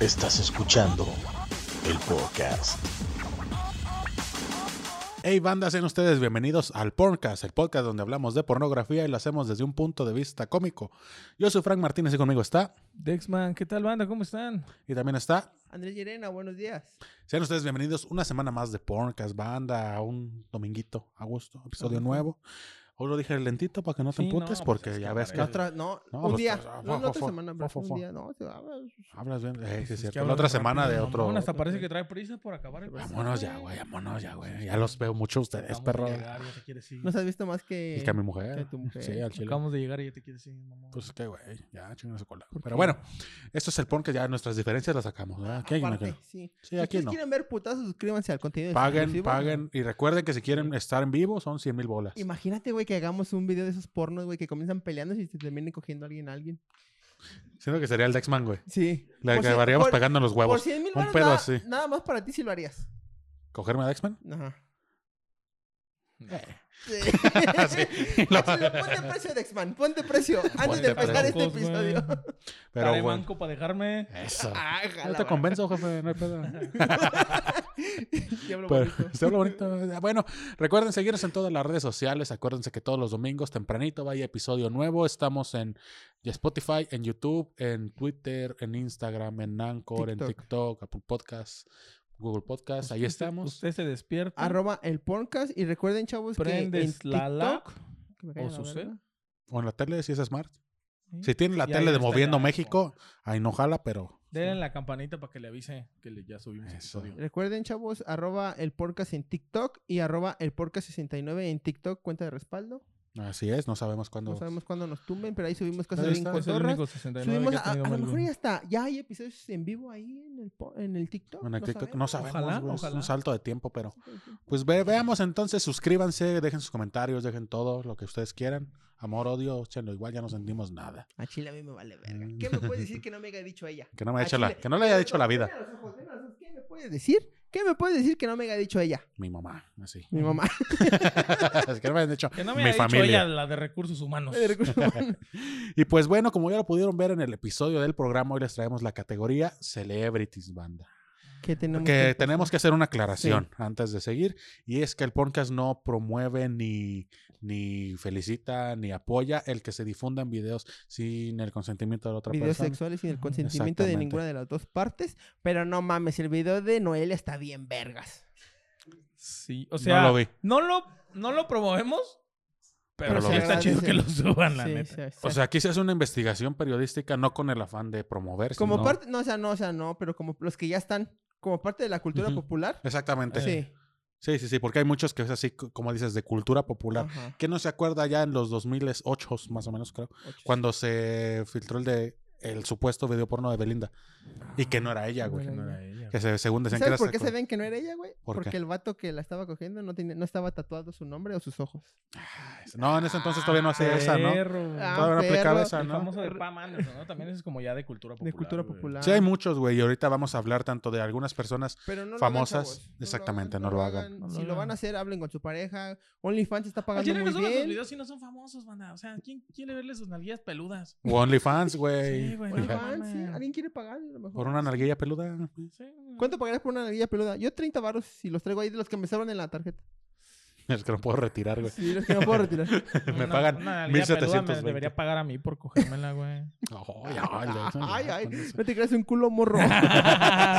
Estás escuchando el podcast. Hey banda, sean ustedes bienvenidos al Porncast, el podcast donde hablamos de pornografía y lo hacemos desde un punto de vista cómico. Yo soy Frank Martínez y conmigo está, Dexman, ¿qué tal banda? ¿Cómo están? y también está. Andrés Llerena, buenos días. Sean ustedes bienvenidos una semana más de Porncast, banda, un dominguito, a gusto, episodio Ajá. nuevo. Hoy lo dije lentito para que no te Sí, no, emputes pues porque es que ya ves para que La otra, no, No, un pues, día. ah, No, fue, la otra fue, semana, fue, pero fue fue. un día. No, se va a ver. hablas bien. Eh, sí, es Es que cierto. La hablan otra rápido, semana de mamón, otro... hasta parece que trae prisa por acabar el Vámonos ya, güey, vámonos ya, güey. Ya los veo mucho a ustedes, Acabamos de perro. llegar, ya te quieres ir. Nos has visto más que. Y que a mi mujer. que tu mujer. Sí, al chile. Acabamos de llegar y ya te quieres ir, mamón. Pues qué, güey, ya chingan su cola. ¿Por Pero qué? bueno, esto es el porn que ya nuestras diferencias las sacamos, ¿verdad? Aquí hay una que Ah, Aparte, no. sí. Sí, si aquí ustedes no. quieren ver putazos, suscríbanse al contenido. Paguen, exclusivo. paguen. Y recuerden que si quieren estar en vivo son 100 mil bolas. Imagínate, güey, que hagamos un video de esos pornos, güey, que comienzan peleando y se terminen cogiendo a alguien a alguien. Siento que sería el Dexman, güey. Sí. Le Por cien- acabaríamos por- pegando en los Por huevos. 100 mil Un pedo nada, así. nada más para ti si lo harías. ¿Cogerme a Dexman? Ajá. Eh, Sí. Sí. Lo- Ponte precio, Dexman. Ponte precio. Antes Ponte de empezar este precio. episodio. Pero Trae bueno. banco para dejarme. Eso. Ah, jala, Yo te va. convenzo, jefe, no hay pedo. Pues Diablo Pero, bonito. se habla bonito. Bueno, recuerden seguirnos en todas las redes sociales. Acuérdense que todos los domingos tempranito vaya episodio nuevo. Estamos en Spotify, en YouTube, en Twitter, en Instagram, en Anchor, en TikTok. TikTok, Apple Podcasts, Google Podcasts. Ahí Usted- estamos. Usted se Mm. Ah, despierta, Arroba el podcast. Y recuerden, chavos, prendes que en la TikTok, lap que me o caiga la su verga. cel. O en la tele, si es Smart. ¿sí? Si tiene la Y ahí tele de está Moviendo ya, México, ahí no jala, pero Denle la campanita para que le avise que le- ya subimos Eso. episodio. Recuerden, chavos, arroba el podcast en TikTok y arroba el podcast 69 en TikTok, cuenta de respaldo. así es. No sabemos cuándo. No sabemos cuándo nos tumben, pero ahí subimos cosas Pues Ahí bien está, Es el cotorras. único 69 Subimos que ha a, a tenido lo Melvin. mejor ya está. Ya hay episodios en vivo ahí en el, po- en el TikTok. En el TikTok, no sabemos. Ojalá, güey, Es un ojalá. salto de tiempo, pero. Pues ve- veamos entonces, suscríbanse, dejen sus comentarios, dejen todo lo que ustedes quieran. Amor, odio, chenlo, igual ya no sentimos nada. A Chile a mí me vale verga. Mm. ¿Qué me puedes decir que no me haya dicho ella? Que no me A eche la, Chile. que no le haya dicho la Mira vida. los ojos, mira los ojos. ¿Qué me puedes decir? ¿Qué me puedes decir que no me haya dicho ella? Mi mamá, así. Mi mamá. Es que no me hayan dicho Que no me mi haya dicho familia. ella la de recursos humanos. de recursos humanos. Y pues bueno, como ya lo pudieron ver en el episodio del programa, hoy les traemos la categoría Celebrities Banda. que tenemos Que empezar. tenemos que hacer una aclaración antes de seguir. Y es que el podcast no promueve ni, ni felicita ni apoya el que se difundan videos sin el consentimiento de la otra videos persona. sexuales sin el Ujú, consentimiento de exactamente. ninguna de las dos partes. Pero no mames, el video de Noelia está bien vergas. Sí, o sea, no lo vi. no lo, no lo promovemos, pero, Pero lo sí vi. está chido que lo suban, Ah, la Sí, neta. sí, O sí. sea, aquí se hace una investigación periodística, no con el afán de promover. como sino- parte, no, o sea, no, o sea, no, pero como los que ya están como parte de la cultura Ujú. popular. Exactamente. Sí. Sí. sí, sí, porque hay muchos que es así, c- como dices, de cultura popular. Ajá. Que no se acuerda ya en los 2008, más o menos creo, Ocho. cuando se filtró el de el supuesto video porno de Belinda. Y que no era ella, güey. No era ella, Que se, según ¿Y decían que era ¿Sabes por qué secu- se ven que no era ella, güey? ¿Por qué? Porque el vato que la estaba cogiendo no, tenía, no estaba tatuado su nombre o sus ojos. No, en ese entonces todavía no hacía güey. esa, ¿no? Perro. Ah, Todavía no aplicaba perro. esa, el ¿no? famoso de Pam Anderson, ¿no? También es como ya de cultura popular. de cultura güey. popular. Sí, hay muchos, güey. Y ahorita vamos a hablar tanto de algunas personas. Pero no lo hagan, famosas, chavos. No lo exactamente, hagan, no lo hagan. No lo si lo van hagan. a hacer, hablen con su pareja. OnlyFans está Al pagando chile muy Ah, que suban sus bien. videos si no son famosos, banda. O sea, ¿quién quiere verle sus nalguillas peludas? O OnlyFans, güey. Sí, güey, no Fija- OnlyFans, sí. mames. Alguien quiere pagar, a lo mejor. Por una narguilla peluda. Pues Sí, güey. ¿Cuánto pagarás por una narguilla peluda? Yo 30 varos si los traigo ahí de los que me sobran en la tarjeta. Es que no puedo retirar, güey. Sí, los que no puedo retirar. Me Una- pagan una nalguilla peluda 1720. Me debería pagar a mí por cogérmela, güey. Ay, ay, ay, ay, con eso. no te creas un culo morro.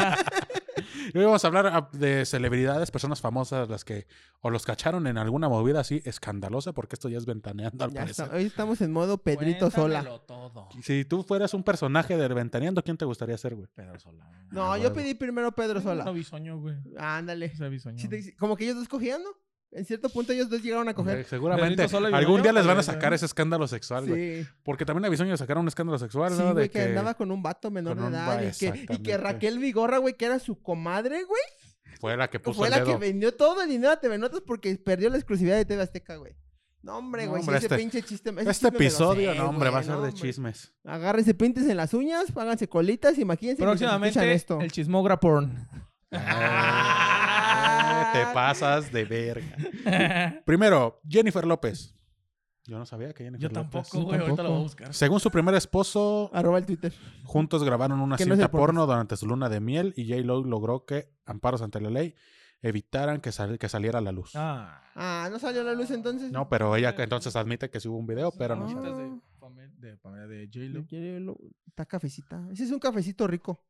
Y hoy vamos a hablar ah, de celebridades, personas famosas, las que o los cacharon en alguna movida así escandalosa, porque esto ya es ventaneando al ya está. parecer. Hoy estamos en modo Pedrito Sola. Cuéntamelo todo. Si tú fueras un personaje de ventaneando, ¿quién te gustaría ser, güey? Pedro Sola. No, Ah, yo huevo. pedí primero Pedro No Sola. bisoño, güey. Ándale. O sea, bisoño. Si te- como que ellos dos cogían, ¿no? En cierto punto ellos dos llegaron a Eh, coger. Seguramente Pedrito Sola y algún Bisoño, día les van a güey, sacar ¿no? ese escándalo sexual, güey. Sí. Porque también a Bisoño le sacaron un escándalo sexual, Sí, ¿no? güey, De que, andaba con un vato menor con de un edad va- y que, y que exactamente. Raquel Vigorra, güey, que era su comadre, güey, fue la que puso fue el la dedo. que vendió todo el dinero a TV Notas porque perdió la exclusividad de TV Azteca, güey. No, hombre, No, güey, si hombre, este- ese pinche chiste. ese Este chisme me lo episodio, sé, no, hombre, güey, va a ser no, de hombre. chismes. Agárrense pintes en las uñas, háganse colitas y maquíense. mientras escuchan Próximamente, esto. el chismogra porn. Ah, te pasas de verga. Primero, Jennifer López. Yo no sabía que Jennifer Yo López- tampoco, güey. Ahorita lo voy a buscar. Según su primer esposo, Arroba el Twitter. Juntos grabaron una Que no es cinta el porno. porno durante su luna de miel y J-Lo logró que amparos ante la ley evitaran que, sal- que saliera a la luz. Ah. Ah, ¿no salió la luz entonces? No, pero ella que entonces admite que sí hubo un video, pero no. Ah. Bonitas salió. de Pamela, de, Pamela de Le J-Lo. quiere lo- Está cafecita. Ese es un cafecito rico.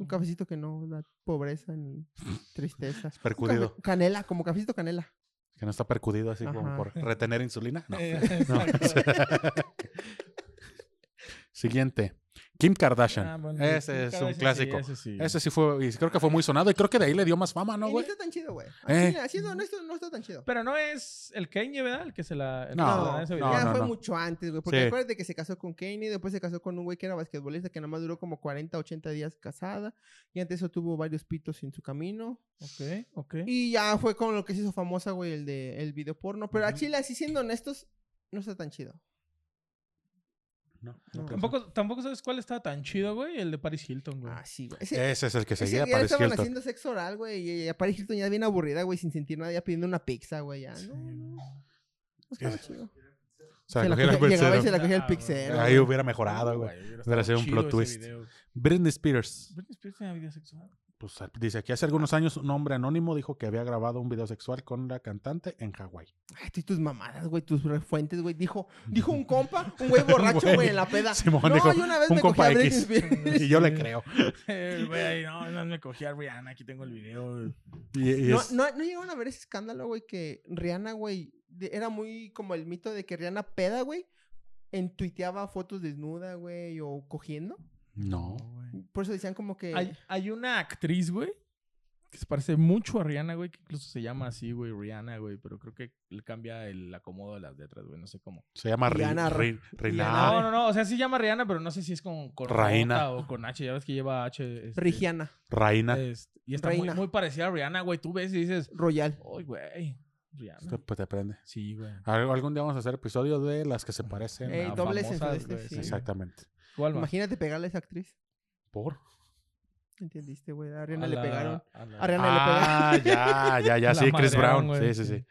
Un cafecito que no da pobreza ni tristeza. Un Percudido. cafe- Canela, como cafecito canela. Que no está percudido así como Ajá. por retener insulina. No. Eh, No. exacto. Siguiente. Kim Kardashian. Ah, bueno, ese es cada un vez sí, clásico. ese sí. Ese sí fue, y creo que fue muy sonado y creo que de ahí le dio más fama, ¿no, Y no güey? está tan chido, güey. Eh. Así, Siendo honesto, no está tan chido. Pero no es el Kanye, ¿verdad? El que se la. el que No, se la da ese video. ya no, fue no. mucho antes, güey. Porque Sí. acuérdate que se casó con Kanye, después se casó con un güey que era basquetbolista que nada más duró como 40, 80 días casada. Y antes eso tuvo varios pitos en su camino. Ok, ok. Y ya fue con lo que se hizo famosa, güey, el de el video porno. Pero a Ujú. Chile, así siendo honestos, no está tan chido. No, creo. No. Tampoco, tampoco sabes cuál estaba tan chido, güey. El de Paris Hilton, güey. Ah, sí, güey. Ese, Ese es el que ese seguía día Paris estaban Hilton. haciendo sexo oral, güey. Y, y a Paris Hilton ya bien aburrida, güey, sin sentir nada, ya pidiendo una pizza, güey. Ya, Sí, no, no, no que- estaba chido. Se la Se la cogieron cogía- en llegaba y cero. se la cogía el Ah, pixero. Ahí güey. hubiera mejorado, güey. Hubiera sido un plot twist. Britney Spears. Britney Spears tenía vida sexual. Pues, dice aquí hace algunos años un hombre anónimo dijo que había grabado un video sexual con la cantante en Hawái. Ay, tú y tus mamadas, güey, tus re- fuentes, güey. Dijo, dijo un compa, un güey borracho, Güey. güey, en la peda. Simón no, dijo, yo una vez "Un me compa cogí a Britney X". Spears. Y yo le creo. Eh, Güey, no, no me cogí a Rihanna. Aquí tengo el video. güey. Y- y No, es- no, no llegaron a ver ese escándalo, güey, que Rihanna, güey, de- era muy como el mito de que Rihanna peda, güey, en tuiteaba fotos desnuda, güey, o cogiendo. no. Por eso decían como que... Hay, hay una actriz, güey, que se parece mucho a Rihanna, güey, que incluso se llama así, güey, Rihanna, güey, pero creo que le cambia el acomodo de las letras, güey, no sé cómo. Se llama Ri- Rihanna- Ri- Ah, no, Rihanna. no, no, o sea, sí llama Rihanna, pero no sé si es con, con Raina. J o con H, ya ves que lleva H. este, Rigiana, Raina. este, y está muy, Reina. muy parecida a Rihanna, güey, tú ves y dices, Royal. uy, güey, Rihanna. Esto, Pues te prende. Sí, güey. Al- Algún día vamos a hacer episodio de las que se parecen. Ey, a- doble- Eh, dobles famosas, en su güey, este, sí. sí. Exactamente. ¿Cuál va? Imagínate pegarle a esa actriz. ¿Por? ¿Entendiste, güey? A Rihanna A le la- pegaron. a la- A Rihanna Ah, ya, ya, ya. La Sí, Chris madrearon, Brown. güey. Sí, sí, sí.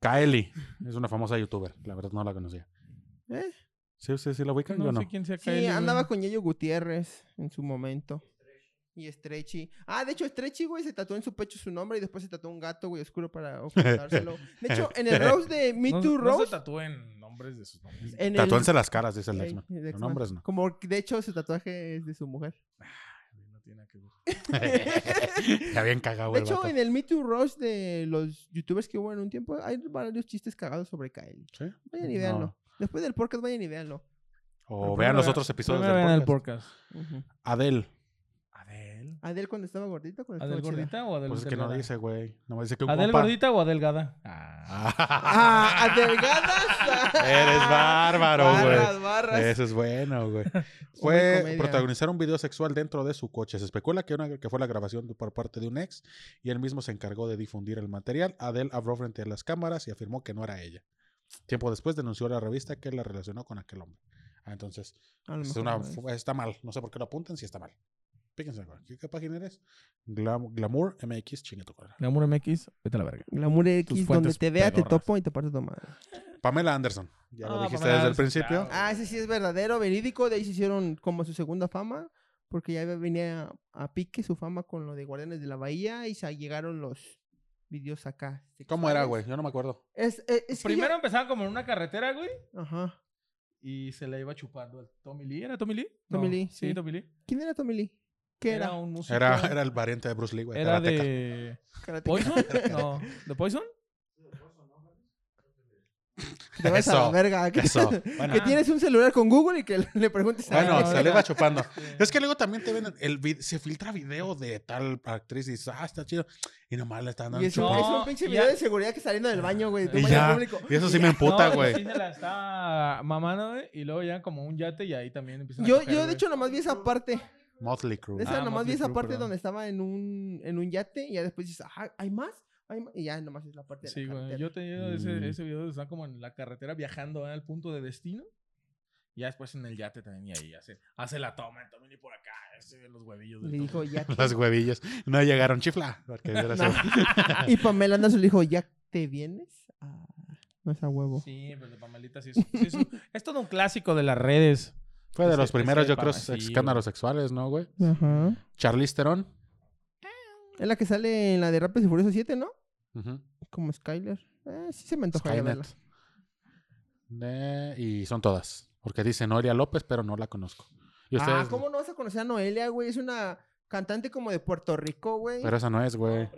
Kylie. Es una famosa youtuber. La verdad no la conocía. le pegó. ¿Eh? ¿Sí, usted sí la ubican? No, Yo no. sé quién sea Sí, Kylie, güey. andaba con Yayo Gutiérrez en su momento. Y Stretchy. Ah, de hecho, Stretchy, güey, se tatuó en su pecho su nombre y después se tatuó un gato, güey, oscuro para ocultárselo. De hecho, en el Rose de Me No- No Too se Rose. Eh. tatúen nombres de sus nombres. en el- Tatúense las caras, dice el Ey, Lexman. el Los X-Man. nombres no. Como, que, de hecho, su tatuaje es de su mujer. No tiene nada que ver. Ya bien cagado, De el hecho, vato. en el Me Too Rush de los youtubers que hubo en un tiempo, hay varios chistes cagados sobre Kylie. ¿Sí? Vayan y No. véanlo. Después del podcast, vayan y véanlo. O vean los otros episodios del Primero vean el podcast. podcast. Adele. Adel. Adel cuando estaba gordita, cuando ¿Adel estaba chida. gordita o Adel Pues es que no delgada? dice, güey. No dice que un ¿Adel compa- gordita o adelgada? Ah. ¡Ah! ¡Adelgadas! Eres bárbaro, güey. Barras, barras. Eso es bueno, güey. Hombre, Fue comedia. protagonizar un video sexual dentro de su coche. Se especula que, una- que fue la grabación de- por parte de un ex y él mismo se encargó de difundir el material. Adele habló frente a las cámaras y afirmó que no era ella. Tiempo después denunció a la revista que la relacionó con aquel hombre. Ah, entonces, A lo es mejor una- no es. fu- está mal. No sé por qué lo apuntan si está mal. Fíjense, güey. ¿qué, qué página eres? Glam- Glamour MX, chingueto. Glamour MX, vete a la verga. Glamour Tus X, donde fuentes te vea, te pedorras. topo y te parto tu madre. Pamela Anderson. Ya lo Ah, dijiste Pamela desde el Anderson, principio. claro. Ah, ese sí es verdadero, verídico. De ahí se hicieron como su segunda fama, porque ya venía a pique su fama con lo de Guardianes de la Bahía y se llegaron los videos acá. ¿Cómo era, sexuales. güey? Yo no me acuerdo. Es, eh, es- es que Primero empezaban como en una carretera, güey, yo- Ajá. y se la iba chupando al Tommy Lee. ¿Era Tommy Lee? Tommy No. Lee, Sí, sí. Tommy Lee. ¿Quién era Tommy Lee? ¿Qué era? un músico. Era, era el variante de Bruce Lee, güey. Era karateca. de. Karate- ¿Poison? No. ¿De Poison? Te vas a la Eso, verga. Que, Eso. Bueno, que tienes un celular con Google y que le preguntes a Bueno, la no, se verga. le iba chupando. Sí. Es que luego también te ven, el vi- se filtra video de tal actriz y dices, ah, está chido. Y nomás le están Y dando es, un- chup- No, es un pinche y video ya- de seguridad que saliendo del baño, güey. de un Y baño ya. público. Y eso sí Y me ya. emputa, No, güey. Sí, se la está mamando, güey, y luego llegan como a un yate y ahí también empiezan a Yo, coger, yo, de güey. hecho, nomás vi esa parte. Motley Crue. De Ah, esa nomás vi Motley esa Crue, parte perdón. donde estaba en un, en un yate y ya después dices, ah, ¿hay más? ¿Hay más?" Y ya nomás es la parte de Sí, la güey. carretera. Yo he tenido ese, Mm. ese video donde están como en la carretera viajando ¿eh? al punto de destino. Y ya después en el yate también. Y ahí hace, hace la toma. el Tommy Lee por acá. Ese, los huevillos. del Le dijo Tommy. ya. Las huevillas. No llegaron, chifla. Porque era así. y Pamela Anderson le dijo, ¿ya te vienes? Ah, No es a huevo. Sí, pues de Pamelita sí es, sí es un- es todo un clásico de las redes. Fue de Ese- los primeros, ese yo creo, para- sí, güey. escándalos sexuales, ¿no, güey? Ajá. Charlize Theron. Es la que sale en la de Rápidos y Furiosos 7, ¿no? Ujú. Como Skyler. Eh, sí se me antoja Skynet. verla. De- y son todas. Porque dice Noelia López, pero no la conozco. Y ustedes, Ah, ¿cómo no vas a conocer a Noelia, güey? Es una cantante como de Puerto Rico, güey. Pero esa no es, güey.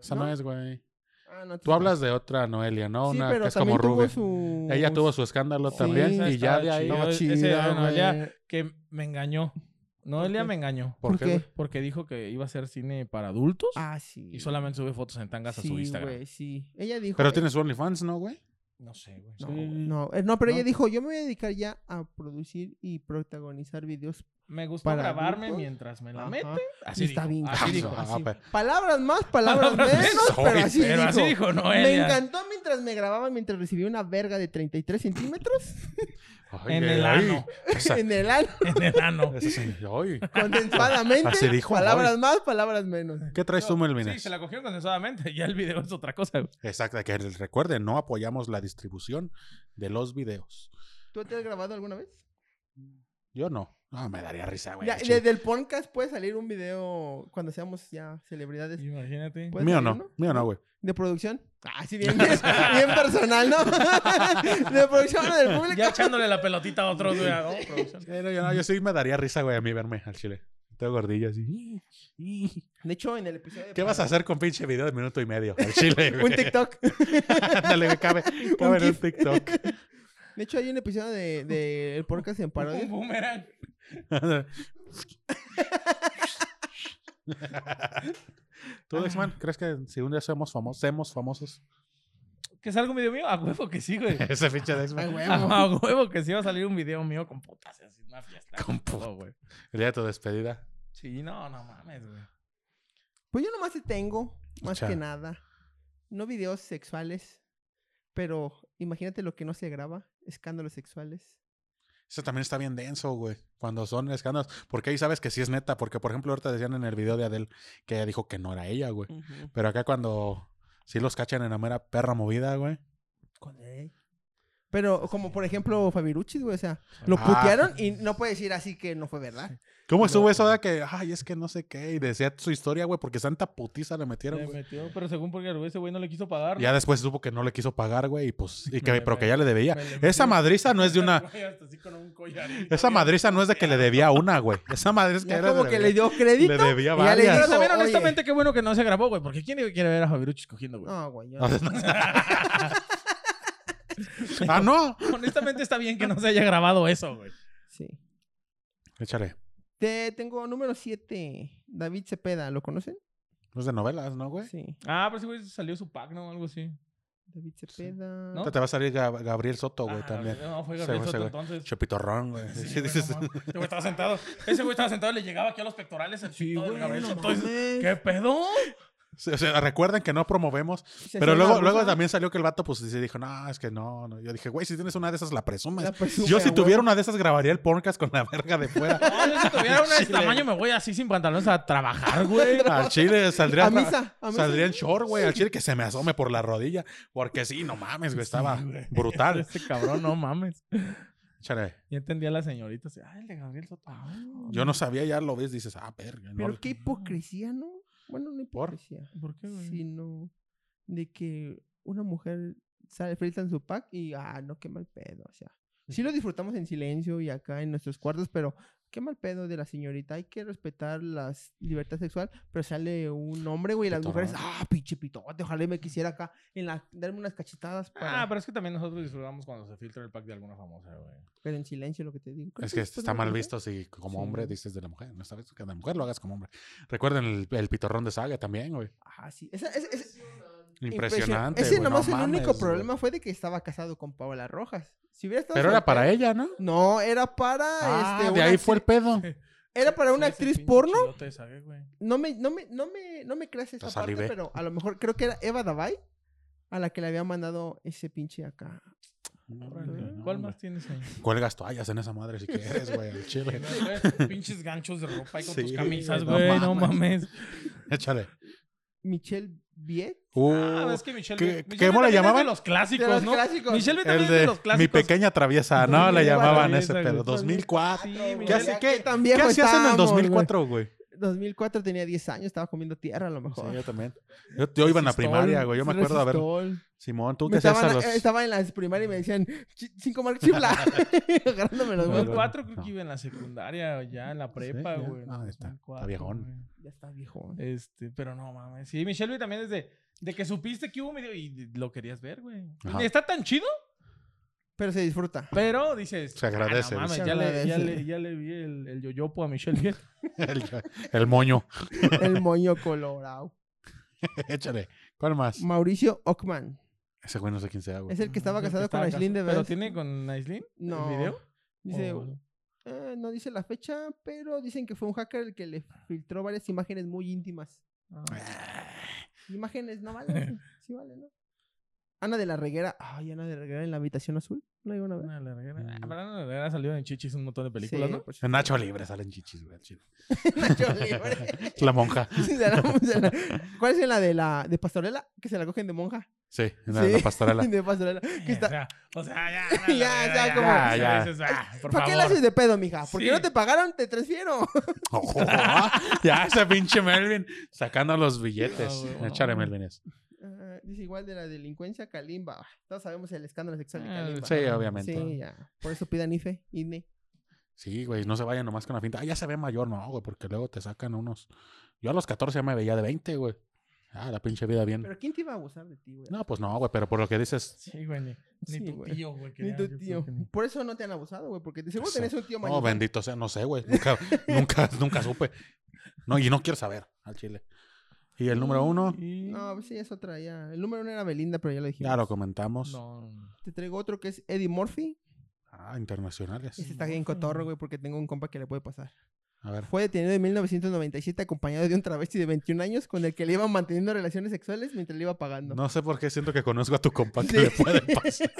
Esa no, ¿No? es, güey. Ah, no, Tú hablas de otra Noelia, ¿no? sí, Una pero que es como también rubia. tuvo su... Ella tuvo su escándalo Sí, también esa y ya de ahí... chida. No, No, ese- chida, no, ya güey. que me engañó. Noelia qué? me engañó. ¿Por ¿Por qué, qué? güey? Porque dijo que iba a hacer cine para adultos Ah, sí. y solamente sube fotos en tangas a Sí, su Instagram. güey, sí. Ella dijo... Pero eh, tiene su OnlyFans, ¿no, güey? No sé, güey. No, Sí. güey, no, eh, no, pero No. ella dijo, yo me voy a dedicar ya a producir y protagonizar videos. Me gusta Para grabarme adultos. mientras me la Ajá. mete. Así Y está dijo, bien así cabrón. dijo. Ah, así. pe- Palabras más, palabras menos, pero así pero dijo. así dijo me Noelia. encantó mientras me grababan, mientras recibía una verga de 33 centímetros Ay, En ay, el ay. ano. Esa- en el ano, En enano. esa señora- ay. consensuadamente. Así dijo, palabras ay. más, palabras menos. ¿Qué traes tú, Melvin? Sí, se la cogió consensuadamente. Ya el video es otra cosa. güey. Exacto, que les recuerden, no apoyamos la distribución de los videos. ¿Tú te has grabado alguna vez? Yo no. No, me daría risa, güey. Ya, qué chido. desde el podcast puede salir un video cuando seamos ya celebridades. Imagínate. ¿Puede Mío salir pues, no, uno? mío no, güey. ¿De producción? Ah, sí, bien, bien, bien personal, ¿no? ¿De producción o del público? Ya echándole la pelotita a otros, güey. Oh, producción. Pero yo Eh, no, yo sí me daría risa, güey, a mí verme al chile. Todo gordillo así. De hecho, en el episodio... de ¿Qué vas a hacer con pinche video de minuto y medio al chile, güey? Un TikTok. Ándale, güey, cabe, cabe en un GIF. TikTok. De hecho, hay un episodio de, de el podcast en Un parodia. boomerang. ¿Tú, Dexman, crees que si un día somos famosos, semos famosos? ¿Que salga un video mío? A huevo que sí, güey. Ese pinche Ay, Dexman. huevo. A huevo que sí va a salir un video mío con putas. Así, una fiesta. Con todo, putas. güey. El día de tu despedida. Sí, no, no mames, güey. Pues yo nomás te tengo, más Cha. que nada. No videos sexuales, pero imagínate lo que no se graba, escándalos sexuales. Eso también está bien denso, güey. Cuando son escándalos. Porque ahí sabes que sí es neta. Porque, por ejemplo, ahorita decían en el video de Adele que ella dijo que no era ella, güey. Pero acá cuando sí los cachan en la mera perra movida, güey. Con él. Pero como por ejemplo Fabiruchis, güey, o sea, lo Ah. putearon y no puede decir así que no fue verdad. ¿Cómo estuvo eso de que, ay, es que no sé qué? Y decía su historia, güey, porque santa putiza le metieron, Le güey. metió, pero según porque el güey, ese güey no le quiso pagar. Ya después supo que no le quiso pagar, güey, y pues, y que, Me- pero que me- ya le debía. me le metió- Esa madriza no es de una, Güey, hasta así con un collarín. esa madriza no es de que le debía una, güey. Esa madriz que Ya era como de- que le dio crédito. le debía y ya le varias. Pero dijo, también, "Oye". honestamente, qué bueno que no se grabó, güey. Porque ¿quién quiere ver a Fabiruchis cogiendo, güey? No, güey. yo No, no. no, no. ah, no. Honestamente, está bien que no se haya grabado eso, güey. Sí. Échale. Te tengo número 7, David Cepeda, ¿lo conocen? No es de novelas, ¿no, güey? Sí. Ah, pero ese güey salió su pack, ¿no? Algo así. David Cepeda. ¿No? Ahorita Te va a salir Gab- Gabriel Soto, güey, Ah, también. No, fue Ese Gabriel güey, Soto ese entonces. Chepitorrón, güey. Sí, Sí, güey, sí, sí. no mames. Ese güey estaba sentado. Ese güey estaba sentado y le llegaba aquí a los pectorales el Sí, pito de güey, Gabriel no Soto. Y dices, mames. ¿Qué pedo? Sí, O sea, recuerden que no promovemos. Se Pero hacía luego, una luego rusa. también salió que el vato, pues, sí dijo, no, es que no, no. Yo dije, güey, si tienes una de esas, la presumes. La presume, Yo a si huevo. tuviera una de esas, grabaría el podcast con la verga de fuera. No, yo si tuviera una de este tamaño me voy así sin pantalones a trabajar, güey. Al chile saldría... Ah, A misa, a misa. Saldría en short, güey, al chile que se me asome por la rodilla. Porque sí, no mames, güey, estaba brutal. Este cabrón, no mames. Échale. Ya entendía a la señorita. así, Ay, el de Gabriel Soto. ah, Yo no sabía, ya lo ves, dices, ah, verga. no Pero le- qué hipocresía, ¿no? Bueno, no ¿Por? hipocresía, ¿Por qué, güey? sino de que una mujer sale frita en su pack y, ah, no, qué mal pedo, o sea. Sí lo disfrutamos en silencio y acá en nuestros cuartos, pero qué mal pedo de la señorita. Hay que respetar la s- libertad sexual, pero sale un hombre, güey, y las Pitorrón. mujeres, ah, pinche pitote, ojalá y me quisiera acá en la, darme unas cachetadas, para, Ah, pero es que también nosotros disfrutamos cuando se filtra el pack de alguna famosa, güey. pero en silencio lo que te digo. Creo Es que después está de mal comer, visto si como Sí. hombre dices de la mujer. No sabes que de la mujer lo hagas como hombre. Recuerden el, el pitorrón de Saga también, güey. Ah, sí. Esa- esa- esa- Impresionante. Ese güey, no nomás el mames, único güey. problema fue de que estaba casado con Paola Rojas. Si hubiera estado Pero era soltero- para ella, ¿no? No, era para Ah, este, de una ahí fue el actri- pedo. Era para una Sí, ese actriz pinche porno. chilote, ¿sabe, güey? No me, no me, no me, no me creas esta La parte, salivé. pero a lo mejor creo que era Eva Davai a la que le había mandado ese pinche acá. Órale, No, ¿Cuál hombre. más tienes ahí? Cuelgas toallas en esa madre si quieres, güey, al chile. Pinches ganchos de ropa y con Sí, tus camisas, no güey. No, mames. mames. Échale. Michelle Viet. Ah, Uh, es que Michelle. ¿qué- Michelle cóé Viet cómo la también es de llamaban? los clásicos, De los ¿no? clásicos. Michelle Viet el también es de de los clásicos. Mi Pequeña Traviesa, ¿no? La Pequeña llamaban Traviesa, ese güey. pedo. 2004. Sí, ¿Qué, Michelle. hace- qué- tan qué viejo hacías en el estábamos, güey. 2004, güey? 2004 tenía 10 años, estaba comiendo tierra a lo Sí, mejor. yo también. Yo, yo iba en la Resistol, primaria, güey. Yo me acuerdo, a ver, Resistol. Simón, tú Me que hacías estaban- a los... eh, Estaba en las primarias y me decían, "Chi- cinco marcas chifla. Agarrándome los No, huevos. no. 2004 creo que iba en la secundaria, ya en la prepa, ya. güey. en Ah, 2004, está- está güey. viejón. Ya está viejo. eh. Este, pero no mames. Sí, Michelle Viet también es de, de que supiste que hubo un video y lo querías ver, güey. Ajá. Está tan chido, Pero se disfruta. pero dices. Se agradece, "Ah, no mames, dice. ya, le, Se ya, agradece. le, ya le vi el, el yoyopo a Michelle Viet. el, el moño. El moño colorado. Échale. ¿Cuál más? Mauricio Ockman. Ese güey no sé quién sea, güey. Es el que estaba Es el casado estaba con Aislinn de casado. ¿Pero Bels. tiene con Aislinn? No. ¿El video? Oh, Dice, O- "Eh, no dice la fecha, pero dicen que fue un hacker el que le filtró varias imágenes muy íntimas. Ah, Imágenes no valen. sí valen, ¿no? Ana de la Reguera. Ay, Ana de la Reguera en la habitación azul. No iban a ver. Una larguera. Ah, Mm. pero Ana Larguera ha salido en chichis un montón de películas, Sí, pues, ¿no? por En Nacho Libre salen chichis, güey. al chile. Nacho Libre. La monja. Se la- se la- ¿Cuál es la de la de pastorela? Que se la cogen de monja. Sí, en la, la Sí. pastorela. De pastorela. Que Eh, O, está- sea, o sea, ya. Ana Ya, Larguera, ya, como- Ya, Ya, ya. dices, ah, por ¿Para qué la favor. haces de pedo, mija? Porque Sí. no te pagaron, te transfiero. Ojo, Oh, ya ese pinche Melvin sacando los billetes. Ah, güey. Échale, Melvin. eso. Ah, dice igual de la delincuencia Kalimba. Ah, Todos sabemos el escándalo sexual de Ah, Kalimba. Sí, obviamente. Sí, ya. Por eso pidan IFE, INE. Sí, güey, no se vayan nomás con la finta. Ah, ya se ve mayor, no, güey, porque luego te sacan unos. Yo a los 14 ya me veía de 20, güey. Ah, la pinche vida bien. Pero ¿quién te iba a abusar de ti, güey? No, pues no, güey, pero por lo que dices. Sí, güey. Ni, ni Sí, tu güey. tío, güey. Ni quería tu que- tío. que ni- Por eso no te han abusado, güey. Porque de seguro Eso. tenés un tío No, mañoso. bendito sea, no sé, güey. Nunca, nunca, nunca supe. No, y no quiero saber al chile. Y el número uno, Y- No, pues sí, es otra ya. El número uno era Belinda, pero ya lo dijimos. ya lo comentamos. No, no. Te traigo otro que es Eddie Murphy. Ah, internacionales. Ese está bien Murphy. cotorro, güey, porque tengo un compa que le puede pasar. A ver. Fue detenido en 1997 acompañado de un travesti de 21 años con el que le iban manteniendo relaciones sexuales mientras le iba pagando. No sé por qué siento que conozco a tu compa que Sí. le puede pasar.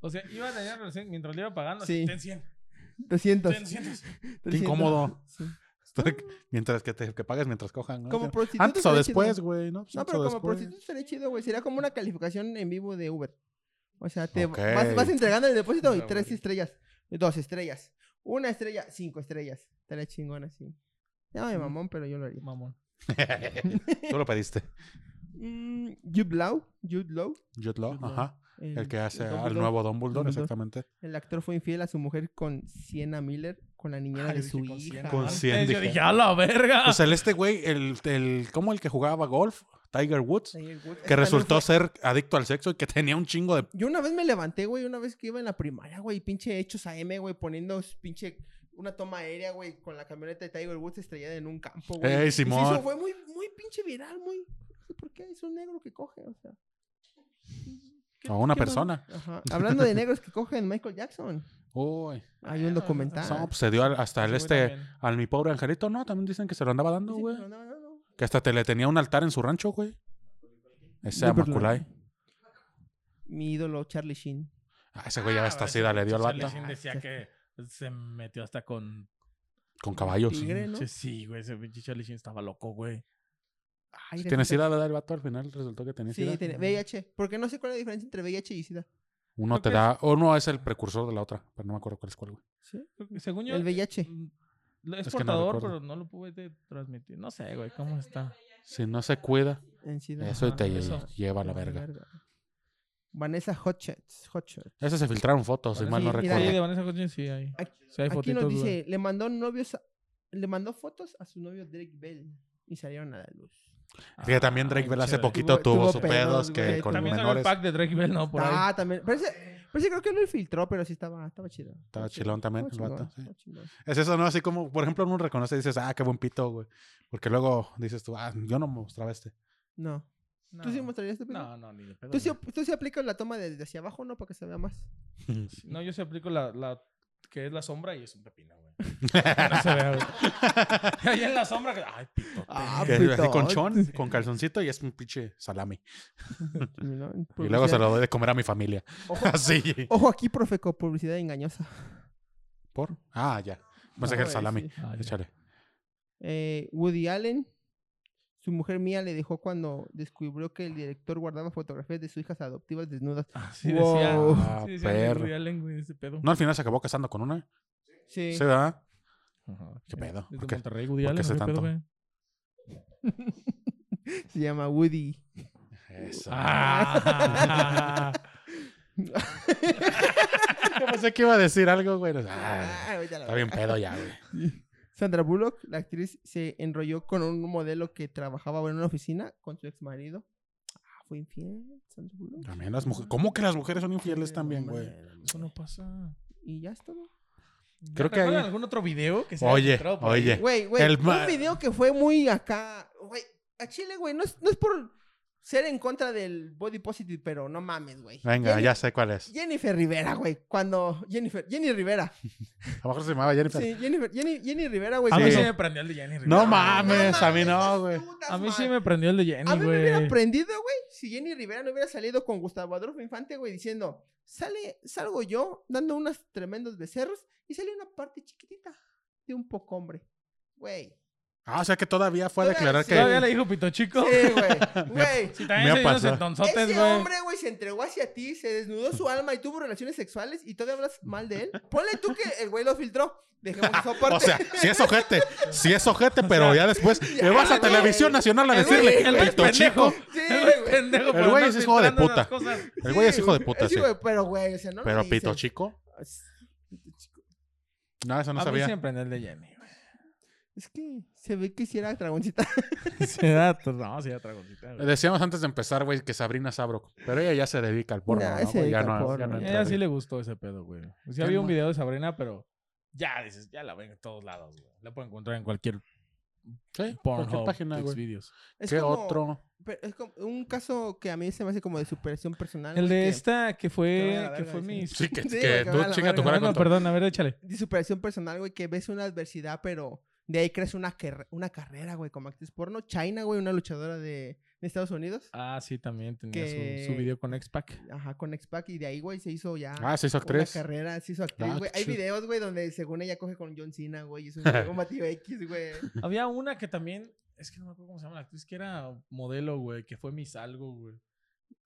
O sea, iba a tener relación mientras le iba pagando. Sí. Sí. Ten 100. 200. Ten 100. Qué 300. incómodo. Sí. Estoy- Mientras que te que pagues mientras cojan. ¿no? Como Yo- prostituta. Antes o estaría después, chido. güey, ¿no? Pues No, antes pero o como después. prostituta sería chido, güey. Sería como una calificación en vivo de Uber. O sea, te Ok. vas, vas entregando el depósito y Una tres Uber. estrellas. Dos estrellas. Una estrella, cinco estrellas. Estaría chingón así. Llámame mamón, pero yo lo haría. Mamón. Tú lo pediste. Mm, Jude Law. Jude Law. Jude Law, Jude Law. ajá. El que hace al Dumbledore. nuevo Dumbledore, Dumbledore. exactamente. El actor fue infiel a su mujer con Sienna Miller, con la niñera Ah, de yo su dije, con hija. 100. Con Antes 100 Yo dije. dije, a la verga. Pues el este güey, el, el, ¿cómo el que jugaba golf? Tiger Woods. Tiger Woods. Ese Que también resultó fue- ser adicto al sexo y que tenía un chingo de... Yo una vez me levanté, güey, una vez que iba en la primaria, güey, pinche hechos a M, güey, poniendo s- pinche una toma aérea, güey, con la camioneta de Tiger Woods estrellada en un campo, güey. Ey, Y se hizo- Simón. fue muy, muy pinche viral, muy. No sé por qué es un negro que coge, o sea. A una ¿Qué más? persona. Ajá. Hablando de negros que cogen Michael Jackson, Uy. hay un documental. No, pues se dio al- hasta el Ese güey este... también. Al mi pobre angelito, no, también dicen que se lo andaba dando, Sí, güey. pero no, no, no. Que hasta te le tenía un altar en su rancho, güey. Ese Liverpool. Amaculay. Mi ídolo, Charlie Sheen. Ah, ese güey ya Ah, hasta pero ese sida le dio al pinche vato. Charlie Sheen Ah, decía que se metió hasta con. Con caballos. Tigre. ¿no? pinche- Sí, güey. Ese pinche Charlie Sheen estaba loco, güey. Ay, Tiene resulta- sida, ¿verdad? El vato al final resultó que tenía sida. Sí, tiene VIH. Porque no sé cuál es la diferencia entre VIH y SIDA. Uno Creo te que da... Uno es el precursor de la otra. Pero no me acuerdo cuál es cuál, güey. Creo que Según yo. El VIH. mm, lo- Es, Es que no portador, recuerdo. pero no lo pude transmitir. No sé, güey. ¿Cómo está? Si no se cuida, En SIDA. eso Ajá, te eso. lleva a la Ay, verga. Vanessa Hutchins. Hutchins. Eso se filtraron fotos, si Vanessa- mal no sí, mira, recuerdo. Sí, de Vanessa Hudgens sí hay. Aquí, Sí hay aquí fotitos, nos dice, güey. le mandó novios, a- le mandó fotos a su novio Drake Bell y salieron a la luz. Que también Drake Ay, Bell hace Ah, chévere. poquito Tuvo- tuvo, tuvo sus pedos pedos, que güey. con También salió el menores. pack de Drake Bell, ¿no? Por ahí. Ah, también. Parece, parece creo que lo filtró, pero sí estaba, estaba chido. Estaba chilón también estaba el vato, sí. estaba chingón. Es eso, ¿no? Así como, por ejemplo, uno reconoce y dices, ah, qué buen pito, güey. Porque luego dices tú, ah, yo no me mostraba este. No. No. ¿Tú sí mostrarías este No, no, ni de pedo. ¿Tú, sí, güey. ¿Tú sí aplicas la toma desde hacia abajo, no? Para que se vea más. No, yo sí aplico la, la que es la sombra y es un pepino, güey. no se vea, güey. Ahí en la sombra, que- ay, pito. Ah, Que así con chon, con calzoncito y es un pinche salami. Y Pues luego se lo doy de comer a mi familia. Ojo, Así. ojo aquí, profeco, publicidad engañosa. ¿Por? Ah, ya. Pensé que No, el eh, salami. sí. Ay, Échale. Eh, Woody Allen, Su mujer mía le dejó cuando descubrió que el director guardaba fotografías de sus hijas adoptivas desnudas. Así Wow. ah, decía. Ah, Así decía perro. Woody Allen, güey, ese pedo. No, al final se acabó casando con una. Sí. ¿Se da? Ajá. ¿Qué pedo? Es ¿Por de qué? Monterrey, Woody por qué Allen, hace ¿no? ¿Qué pedo, tanto? güey? Se llama Woody. Esa. Ah. Yo pensé que iba a decir algo, güey. Ah, Ah, ahorita la está veo. bien pedo ya, güey. Sandra Bullock, la actriz, se enrolló con un modelo que trabajaba en una oficina con su ex marido. Ah, fue infiel, Sandra Bullock. También las mujeres. ¿Cómo que las mujeres son infieles Qué también, mamada, güey? Eso no pasa. Y ya es todo. Creo que ¿Recuerdan ahí- algún otro video que se haya Oye, filtrado por ahí? oye. Güey, güey, Eh, El ma- un video que fue muy acá, güey, a Chile, güey, no es, no es por ser en contra del body positive, pero no mames, güey. Venga, Jenny- ya sé cuál es. Jennifer Rivera, güey, cuando Jennifer, Jenny Rivera, A lo mejor se llamaba Jennifer. sí, Jennifer, Jenny, Jenny Rivera, güey. A mí Sí. cuando- sí me prendió el de Jenny. Rivera, No güey. mames, a mí no, estás güey. putas A mí sí mal. me prendió el de A Jenny, mí me hubiera güey. aprendido, güey, si Jenny Rivera no hubiera salido con Gustavo Adolfo Infante, güey, diciendo, sale, salgo yo dando unos tremendos becerros y sale una parte chiquitita de un poco hombre, güey. Ah, o sea que todavía fue a Todavía declarar sí. que. Todavía le dijo Pito Chico. Sí, güey, güey. Sí, Me también ha se dio unos pasado. entonzotes, Ese güey. hombre, güey, se entregó hacia ti, se desnudó su alma y tuvo relaciones sexuales y todavía hablas mal de él. Ponle tú que el güey lo filtró. Dejemos eso aparte. O sea, si es ojete, si es ojete, pero sea, ya después ya, le vas a güey. Televisión Nacional a El güey- decirle, el güey "Pito es pendejo. chico. Sí, El güey es güey. pendejo El por güey andar es hijo de filtrando las puta. cosas. El güey es Sí, hijo de güey. puta, sí. güey, pero güey, o sea, no lo Pero pito dicen. chico. Es- No, eso no a mí sabía. sí me prendió el de Jenny, güey. Es que se ve que hiciera dragoncita. Sí, da- pues, no, sí, da dragoncita, güey. Decíamos antes de empezar, güey, que Sabrina Sabro. Pero ella ya se dedica al porno. Nah, ¿no, se güey? ya dedica no, al ya porno, no ya. entra Ella sí ahí. le gustó ese pedo, güey. Sí Qué había un mal. video de Sabrina, pero ya dices, ya la ven en todos lados, güey. La pueden encontrar en cualquier Sí, cualquier Pornhub, página, güey. Xvideos. Es ¿Qué como- otro? pero es como un caso que a mí se me hace como de superación personal. El Ah, güey, de que- este. esta que que vaya a fue, la que verga, fue sí. mi... Ah, Sí, que, Sí, que güey, que tú va a la chinga tu cara verga. No, con no, todo. perdón, a ver, échale. de superación personal, güey, que ves una adversidad, pero de ahí crees una, carre- una carrera, güey, como actriz porno. China, güey, una luchadora de, de Estados Unidos. Ah, sí, también tenía su, su Que- video con X-Pac. Ajá, con X-Pac y de ahí, güey, se hizo ya Ah, se hizo una actriz. carrera, se hizo actriz, Ah, güey. qué Hay chido. videos, güey, donde según ella coge con John Cena, güey, y es un combativo X, güey. Había una que también, es que no me acuerdo cómo se llama la actriz, que era modelo, güey, que fue Miss Algo, güey.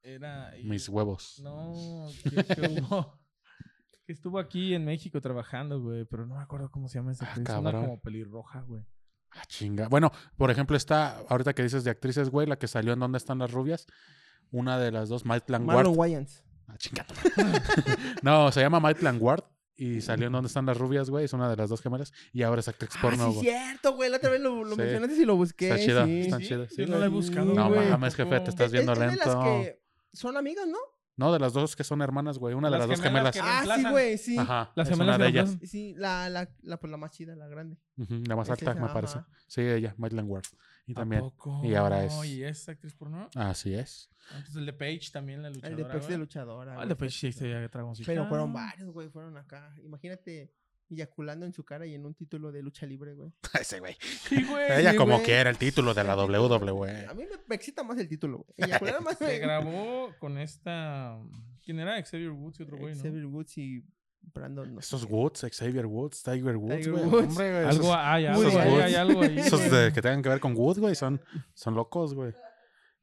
Era. y- Mis huevos. No, que, que hubo- que estuvo aquí en México trabajando, güey, pero no me acuerdo cómo se llama esa Ah, actriz. una cabrón. como pelirroja, güey. Ah, chinga. Bueno, por ejemplo, está, ahorita que dices de actrices, güey, la que salió en ¿Dónde están las rubias? Una de las dos, Maitland Ward. Marlon Wayans. Ah, chinga tu madre. no, se llama Maitland Ward y salió en ¿Dónde están las rubias, güey? Es una de las dos gemelas y ahora es actriz Ah, porno, sí, güey. cierto, güey. La otra vez lo, lo Sí. mencionaste y lo busqué. Está chida, sí. está Sí, chida, sí. Yo no la he buscado. No güey, mames, tampoco. jefe, te estás Es- viendo es de las lento. que son amigas, ¿no? No, de las dos que son hermanas, güey. Una de las, Las dos gemelas. gemelas Ah, sí, reemplazan. güey, sí. Ajá. Las es gemelas una de ellas. reemplazan. Sí, la, la, la, pues, la más chida, la grande. Ujú, la más Es alta, esa, me parece. ajá. Sí, ella, Maitland Ward. Y ¿A también. poco? y ahora es- ¿Y es actriz porno? Así es. Antes el de Page también, la luchadora. El de Pepsi de güey. luchadora. Ah, güey, el de está Page sí, chido. se dragoncita. Pero fueron varios, güey, fueron acá. Imagínate eyaculando en su cara y en un título de lucha libre, güey. Ese güey. Sí, güey. Ella sí, como güey. quiera el título de la E. WWE. A mí me, me excita más el título, güey. Eyacular más, Se güey. grabó con esta. ¿Quién era? Xavier Woods y otro güey, ¿no? Xavier Woods y Brandon. no sé. Estos Woods, Xavier Woods, Tiger Woods, Tiger güey. Woods. Hombre, güey, Algo ah, esos- hay, Muy algo, hay, bien. hay algo ahí. Esos güey. de que tengan que ver con Wood, güey, son, son locos, güey.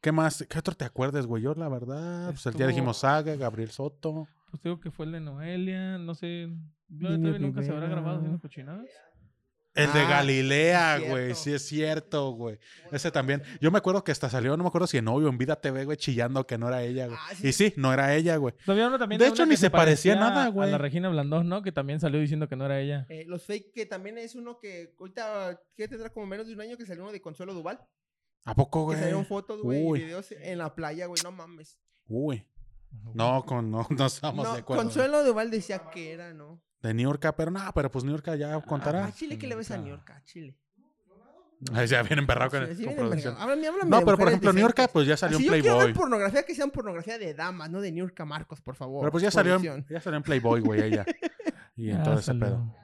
¿Qué más? ¿Qué otro te acuerdas, güey? Yo, la verdad, pues el día Estuvo- dijimos Saga, Gabriel Soto. Pues digo que fue el de Noelia, no sé. Gloria Niño Trevi nunca se habrá Rivera. grabado haciendo cochinadas. El de Ah, Galilea, sí es güey, cierto. sí es cierto, güey. Ese también. Yo me acuerdo que hasta salió, no me acuerdo si en novio en Vida TV, güey, chillando que no era ella, güey. Ah, sí. Y sí, no era ella, güey. Había uno también De una hecho, que ni se parecía nada, a- güey. A la Regina Blandón, ¿no? Que también salió diciendo que no era ella. Eh, los fake, que también es uno que ahorita, que tendrá como menos de un año que salió uno de Consuelo Duval. ¿A poco, Que güey? salieron fotos, güey, y Pues, Uy. videos en la playa, güey. No mames. Uy. No, con, no, no estamos de No, acuerdo. Consuelo Duval decía que era, ¿no? De New York, pero no, pero pues New York ya A contará. Chile que le ves a Nunca. New York, a Chile. Ahí se viene emperrado con, Sí, sí, con bien producción. envergado. Háblame- háblame No, pero de por mujeres ejemplo, New York, decentes. pues ya salió Así en yo quiero ver Playboy. pornografía que sean pornografía de damas, no de New York Marcos, por favor. Pero pues ya salió, en, Producción. ya salió en Playboy, güey, ella. Y en Ah, todo ese salió. pedo.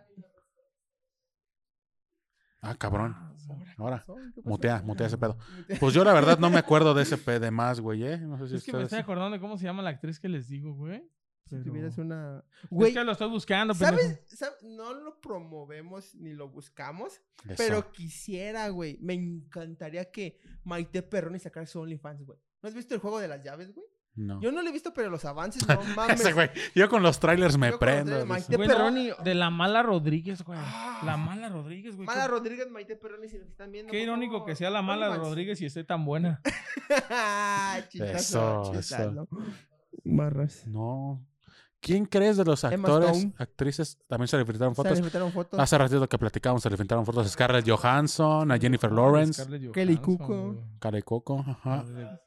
Ah, cabrón. Ah, sí. Ahora, ¿Qué pasó? mutea, mutea ese pedo. Pues yo la verdad no me acuerdo de ese pedo de más, güey, ¿eh? No sé si Es que me ustedes- estoy acordando de cómo se llama la actriz que les digo, güey. Si tuvieras Pero- una. Güey, Güey, es que lo estoy buscando, pendejo. ¿sabes? ¿Sabes? No lo promovemos ni lo buscamos, Eso. pero quisiera, güey. Me encantaría que Maite Perroni sacara su OnlyFans, güey. ¿No has visto el juego de las llaves, güey? No. Yo no lo he visto, pero los avances, no mames. Ese güey, yo con los trailers me Yo con los prendo. trailers, dice. Maite- de Güey, no, Peroni. de la mala Rodríguez, güey. Ah. La mala Rodríguez, güey. Mala Qué- Rodríguez, Maite Perroni, si nos están viendo. Qué por irónico favor, que sea la mala OnlyFans. Rodríguez y esté tan buena. chistazo, Eso, chistazo. Barras. No. ¿Quién crees de los Emma actores, Stone. actrices? También se le filtraron Se fotos. le filtraron fotos. Hace ratito que platicamos, se le filtraron fotos a Scarlett Johansson, a Jennifer Lawrence, Scarlett Kelly Johansson, Cuco. güey. Cara de Coco. ajá.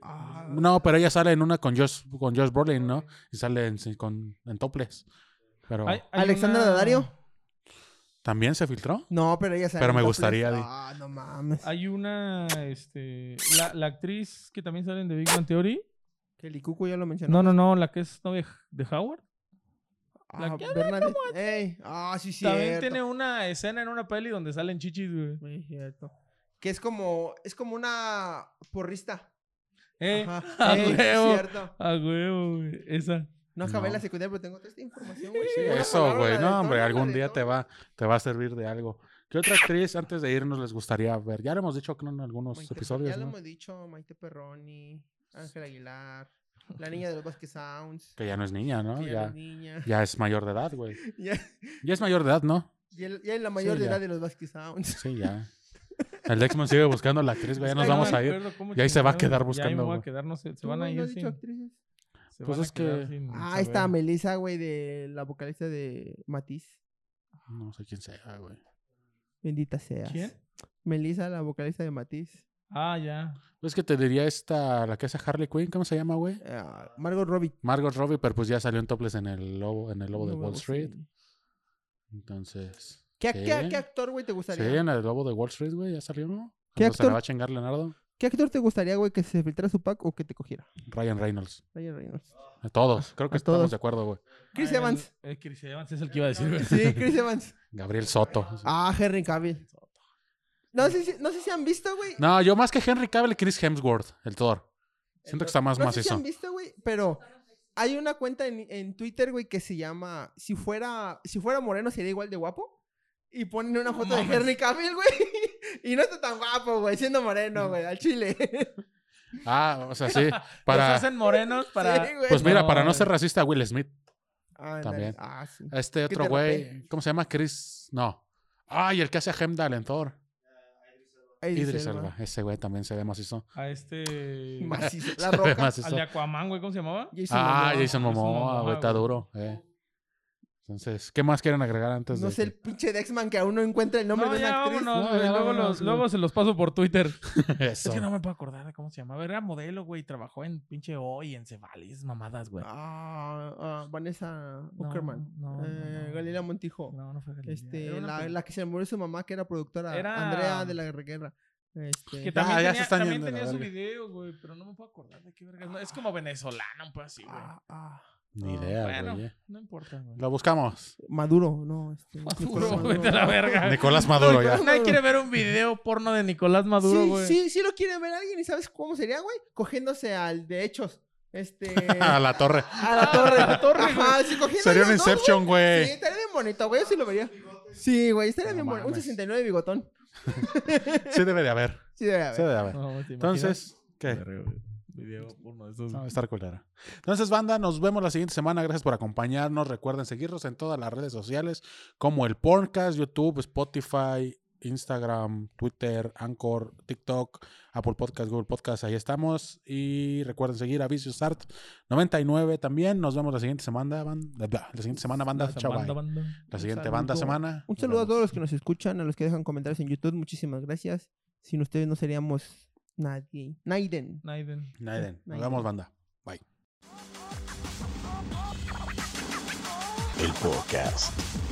Ah, No, pero ella sale en una con Josh, con Josh Brolin, ¿no? Y sale en, sí, con, en toples. Pero Hay- hay ¿Alexandra una- Daddario? también se filtró. No, pero ella sabe. Pero me gustaría, di. Ah, no mames. Hay una, este, la, la actriz que también sale en The Big Bang Theory. Kelly Cuco ya lo mencionó. No, no, no, la que es novia de Howard. Ah, la que Bernadette. Ey, ah, sí, cierto. También tiene una escena en una peli donde salen chichis, güey. Muy cierto. Que es como, es como una porrista. Eh, Ajá. a Ey, sí, huevo. cierto. a huevo, güey. Esa. No acabé No. la secundaria, pero tengo toda esta información, güey. Sí, Una eso, palabra, la güey. de No, hombre, todo, la algún de día te todo. va, te va a servir de algo. ¿Qué otra actriz antes de irnos les gustaría ver? Ya lo hemos dicho creo, en algunos Maite- pues, episodios, Ya ¿no? lo hemos dicho, Maite Perroni, Ángel Aguilar, la niña de los Bosques Sounds, Que ya no es niña, ¿no? que ya no Ya, es niña. ya es mayor de edad, güey. Ya, Ya es mayor de edad, ¿no? ya, ya en la mayor Sí, de ya. edad de los Bosques Sounds. Sí, ya. El Dexman sigue buscando a la actriz, güey. Ya nos Ay, vamos no a ir. recuerdo cómo Y ahí se va a chingados, quedar güey. Ya ahí me buscando, voy a güey. quedar, no sé, se ¿Tú, van a güey, no ir has dicho sin... actrices? se Pues van a es quedar que- sin Ah, saber. está Melissa, güey, de la vocalista de Matiz. No sé quién sea, güey. Bendita seas. ¿Quién? Melissa, la vocalista de Matiz. Ah, ya. Es que te diría esta, la que hace Harley Quinn, ¿cómo se llama, güey? Ah, Margot Robbie. Margot Robbie, pero pues ya salió en topless en el lobo, en el lobo de No, Wall sí. Street. Entonces. ¿Qué, sí. qué- qué actor, güey, te Sí, gustaría? en el lobo de Wall Street, güey, ya salió, ¿no? ¿Qué Cuando se la actor? va a chingar Leonardo? ¿Qué actor te gustaría, güey, que se filtrara su pack o que te cogiera? Ryan Reynolds. Ryan Reynolds. A todos, creo que A estamos todos. de acuerdo, güey. Ah, Chris el- Evans. Ah, el Chris Evans es el que iba a decir, güey. Pues Sí, Chris Evans. Gabriel Soto. Ah, Henry Cavill. No sé si, no sé si han visto, güey. No, yo más que Henry Cavill, Chris Hemsworth, el Thor. Siento que está más No sé si macizo. han visto, güey, pero hay una cuenta en, en Twitter, güey, que se llama si fuera, si fuera moreno sería igual de guapo. Y ponen una No foto de mames. Henry Cavill, güey. Y no está tan guapo, güey, siendo moreno, güey, al chile. Ah, o sea, sí. Los Para, hacen morenos para... Sí, Pues güey. pues mira, para no No, ser racista, Will Smith. Ah, ándale. También. Ah, sí. Este Que otro te güey, rapee. ¿cómo se llama? Chris. No. Ay, el que hace a Hemdall en Thor. Idris Idris Elba. Elba. Ese güey también se ve macizo. A este... Macizo. La Se ve roca. macizo. Al de Aquaman, güey, ¿cómo se llamaba? Jason Ah, Momoa. Jason Momoa, Momoa, güey, está güey. duro. eh. Entonces, ¿qué más quieren agregar antes No de sé, el que- pinche Dexman que aún no encuentra el nombre No, de una ya actriz. vámonos, No, güey, ya luego, vámonos, los, güey. luego se los paso por Twitter. Eso. Es que no me puedo acordar de cómo se llamaba. Era modelo, güey. Trabajó en pinche O y en Cebalis, mamadas, güey. Ah, ah, Vanessa No, Uckerman. no, no, Eh, no. Galilea Montijo. No, no fue Galilea. Este, Era una la, peli- la que se murió su mamá, que era productora, Era- Andrea de la Guerra. Este, Que también Ah, ya se tenía, están también yendo a la tenía su verga. video, güey, pero no me puedo acordar de qué verga. No, es como venezolana, un poco así, güey. ah, ah, Ni No, idea, güey. bueno, eh. no importa, güey. Lo buscamos. Maduro, no. Este, Nicolás Maduro, güey, de la verga. Nicolás Maduro, ya. Nicolás Nadie Maduro. quiere ver un video porno de Nicolás Maduro, sí, güey. sí, sí lo quiere ver alguien y ¿sabes cómo sería, güey? Cogiéndose al de hechos. Este, A la torre. a la torre. a la torre, Ajá, sí, cogiendo Sería a un los dos, Inception, güey. güey. Sí, estaría bien bonito, güey. Yo sí lo vería. Sí, güey, estaría No bien bonito. Un mames. 69 bigotón. Sí debe de haber. Sí, debe haber. Sí debe de haber. No, ¿te imaginas? Entonces, eh. ¿qué? Verga, güey. Video porno de esos. No, estar culera. Entonces, banda, nos vemos la siguiente semana. Gracias por acompañarnos. Recuerden seguirnos en todas las redes sociales como el podcast, YouTube, Spotify, Instagram, Twitter, Anchor, TikTok, Apple Podcast, Google Podcast. Ahí estamos. Y recuerden seguir a Vicious Art 99 también. Nos vemos la siguiente semana, banda. La siguiente semana, banda. Chao, Banda, bye. banda. La Un siguiente banda saludo. semana. Un Nos saludo a vemos. todos los que nos escuchan, a los que dejan comentarios en YouTube. Muchísimas gracias. Sin ustedes no seríamos nadie. Naiden. Naiden. Naiden. Nos Naiden. vemos, banda. Bye. El podcast.